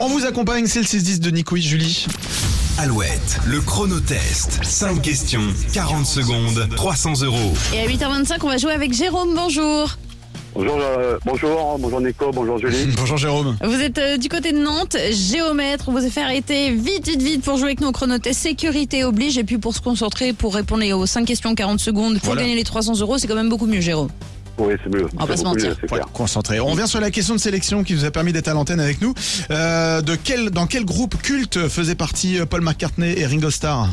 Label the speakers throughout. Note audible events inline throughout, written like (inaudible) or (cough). Speaker 1: On vous accompagne, c'est le 6-10 de Nico et Julie.
Speaker 2: Alouette, le chronotest. 5 questions, 40 secondes, 300 euros.
Speaker 3: Et à 8h25, on va jouer avec Jérôme, bonjour.
Speaker 4: Bonjour, euh, bonjour, bonjour Nico, bonjour
Speaker 3: (laughs)
Speaker 4: Julie.
Speaker 1: Bonjour Jérôme.
Speaker 3: Vous êtes euh, du côté de Nantes, géomètre, on vous a fait arrêter vite, vite, vite pour jouer avec nos chronotests. Sécurité oblige et puis pour se concentrer, pour répondre aux 5 questions en 40 secondes, pour
Speaker 1: Voilà.
Speaker 3: gagner les 300 euros, c'est quand même beaucoup mieux Jérôme.
Speaker 4: Oui, c'est mieux.
Speaker 3: On va
Speaker 4: C'est
Speaker 3: pas se
Speaker 4: beaucoup
Speaker 3: mentir.
Speaker 4: mieux, c'est
Speaker 1: Pour
Speaker 4: clair.
Speaker 1: être concentré. On revient sur la question de sélection qui vous a permis d'être à l'antenne avec nous. Euh, de quel, dans quel groupe culte faisaient partie euh, Paul McCartney et Ringo Starr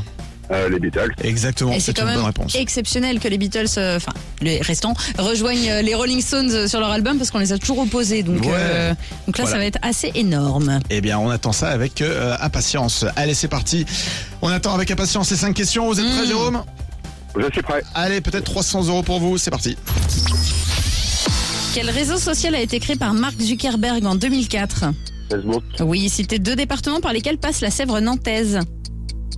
Speaker 4: Euh, les Beatles.
Speaker 1: Exactement,
Speaker 3: et c'est
Speaker 1: c'est
Speaker 3: quand
Speaker 1: une
Speaker 3: même
Speaker 1: bonne réponse.
Speaker 3: exceptionnel que les Beatles, euh, enfin les restants, rejoignent euh, les Rolling Stones euh, sur leur album parce qu'on les a toujours opposés. Donc,
Speaker 1: Ouais.
Speaker 3: euh, donc là,
Speaker 1: Voilà.
Speaker 3: ça va être assez énorme.
Speaker 1: Eh bien, on attend ça avec euh, impatience. Allez, c'est parti. On attend avec impatience ces 5 questions. Vous êtes prêts,
Speaker 3: Mmh.
Speaker 1: Jérôme
Speaker 4: Je suis prêt.
Speaker 1: Allez, peut-être 300 euros pour vous. C'est parti.
Speaker 3: Quel réseau social a été créé par Mark Zuckerberg en 2004
Speaker 4: Facebook,
Speaker 3: Oui, citez deux départements par lesquels passe la Sèvre nantaise.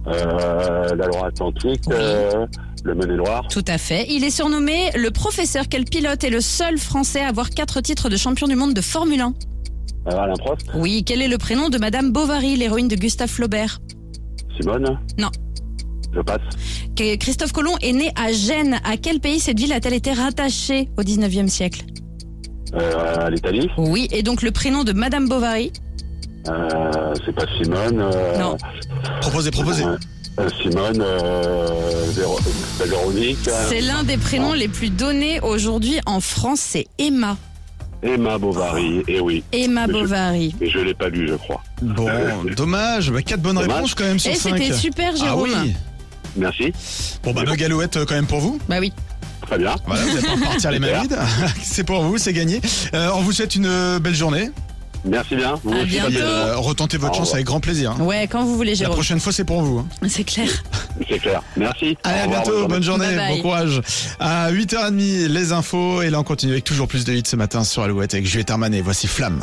Speaker 4: euh, la Loire-Atlantique, euh, le Maine-et-Loire,
Speaker 3: Tout à fait. Il est surnommé le professeur. Quel pilote est le seul Français à avoir quatre titres de champion du monde de Formule 1
Speaker 4: euh, Alain Prost,
Speaker 3: Oui, quel est le prénom de Madame Bovary, l'héroïne de Gustave Flaubert
Speaker 4: Simone.
Speaker 3: Non.
Speaker 4: Je passe.
Speaker 3: Que- Christophe Colomb est né à Gênes. À quel pays cette ville a-t-elle été rattachée au 19e siècle
Speaker 4: Euh, à l'Italie,
Speaker 3: Oui, et donc le prénom de Madame Bovary
Speaker 4: euh, c'est pas Simone. euh,
Speaker 3: Non.
Speaker 1: Proposez, proposez.
Speaker 4: euh, euh, Simone, euh, Véro- euh, Véronique, euh,
Speaker 3: C'est l'un des prénoms les plus donnés aujourd'hui en France, c'est Emma.
Speaker 4: Emma Bovary. Et oui,
Speaker 3: Emma Bovary.
Speaker 4: mais je l'ai pas lu, je crois.
Speaker 1: Bon, dommage. 4 bonnes
Speaker 4: Dommage.
Speaker 1: réponses quand même sur
Speaker 3: Eh,
Speaker 1: 5.
Speaker 3: c'était super,
Speaker 1: Ah
Speaker 3: Jérôme.
Speaker 1: oui.
Speaker 4: Merci.
Speaker 1: Bon, bah, deux galouettes euh, quand même pour vous.
Speaker 3: Bah oui.
Speaker 4: Très bien.
Speaker 1: Voilà, vous allez pas repartir les mains vides. (laughs) c'est pour vous, c'est gagné. Euh, on vous souhaite une euh, belle journée.
Speaker 4: Merci bien. Vous
Speaker 3: À
Speaker 4: aussi,
Speaker 3: bientôt.
Speaker 4: Fabien.
Speaker 1: Euh, retentez votre
Speaker 4: Au
Speaker 1: chance
Speaker 4: revoir.
Speaker 1: avec grand plaisir. hein.
Speaker 3: Ouais, quand vous voulez,
Speaker 1: La
Speaker 3: Jérôme.
Speaker 1: prochaine fois, c'est pour vous. hein.
Speaker 3: C'est clair.
Speaker 4: C'est clair. Merci.
Speaker 1: Allez,
Speaker 4: Au
Speaker 1: à
Speaker 4: revoir,
Speaker 1: bientôt. Bonne journée.
Speaker 3: Bye bye.
Speaker 1: Bon courage. À 8h30, les infos. Et là, on continue avec toujours plus de hits ce matin sur Alouette avec Juliette Armanet. Voici Flamme.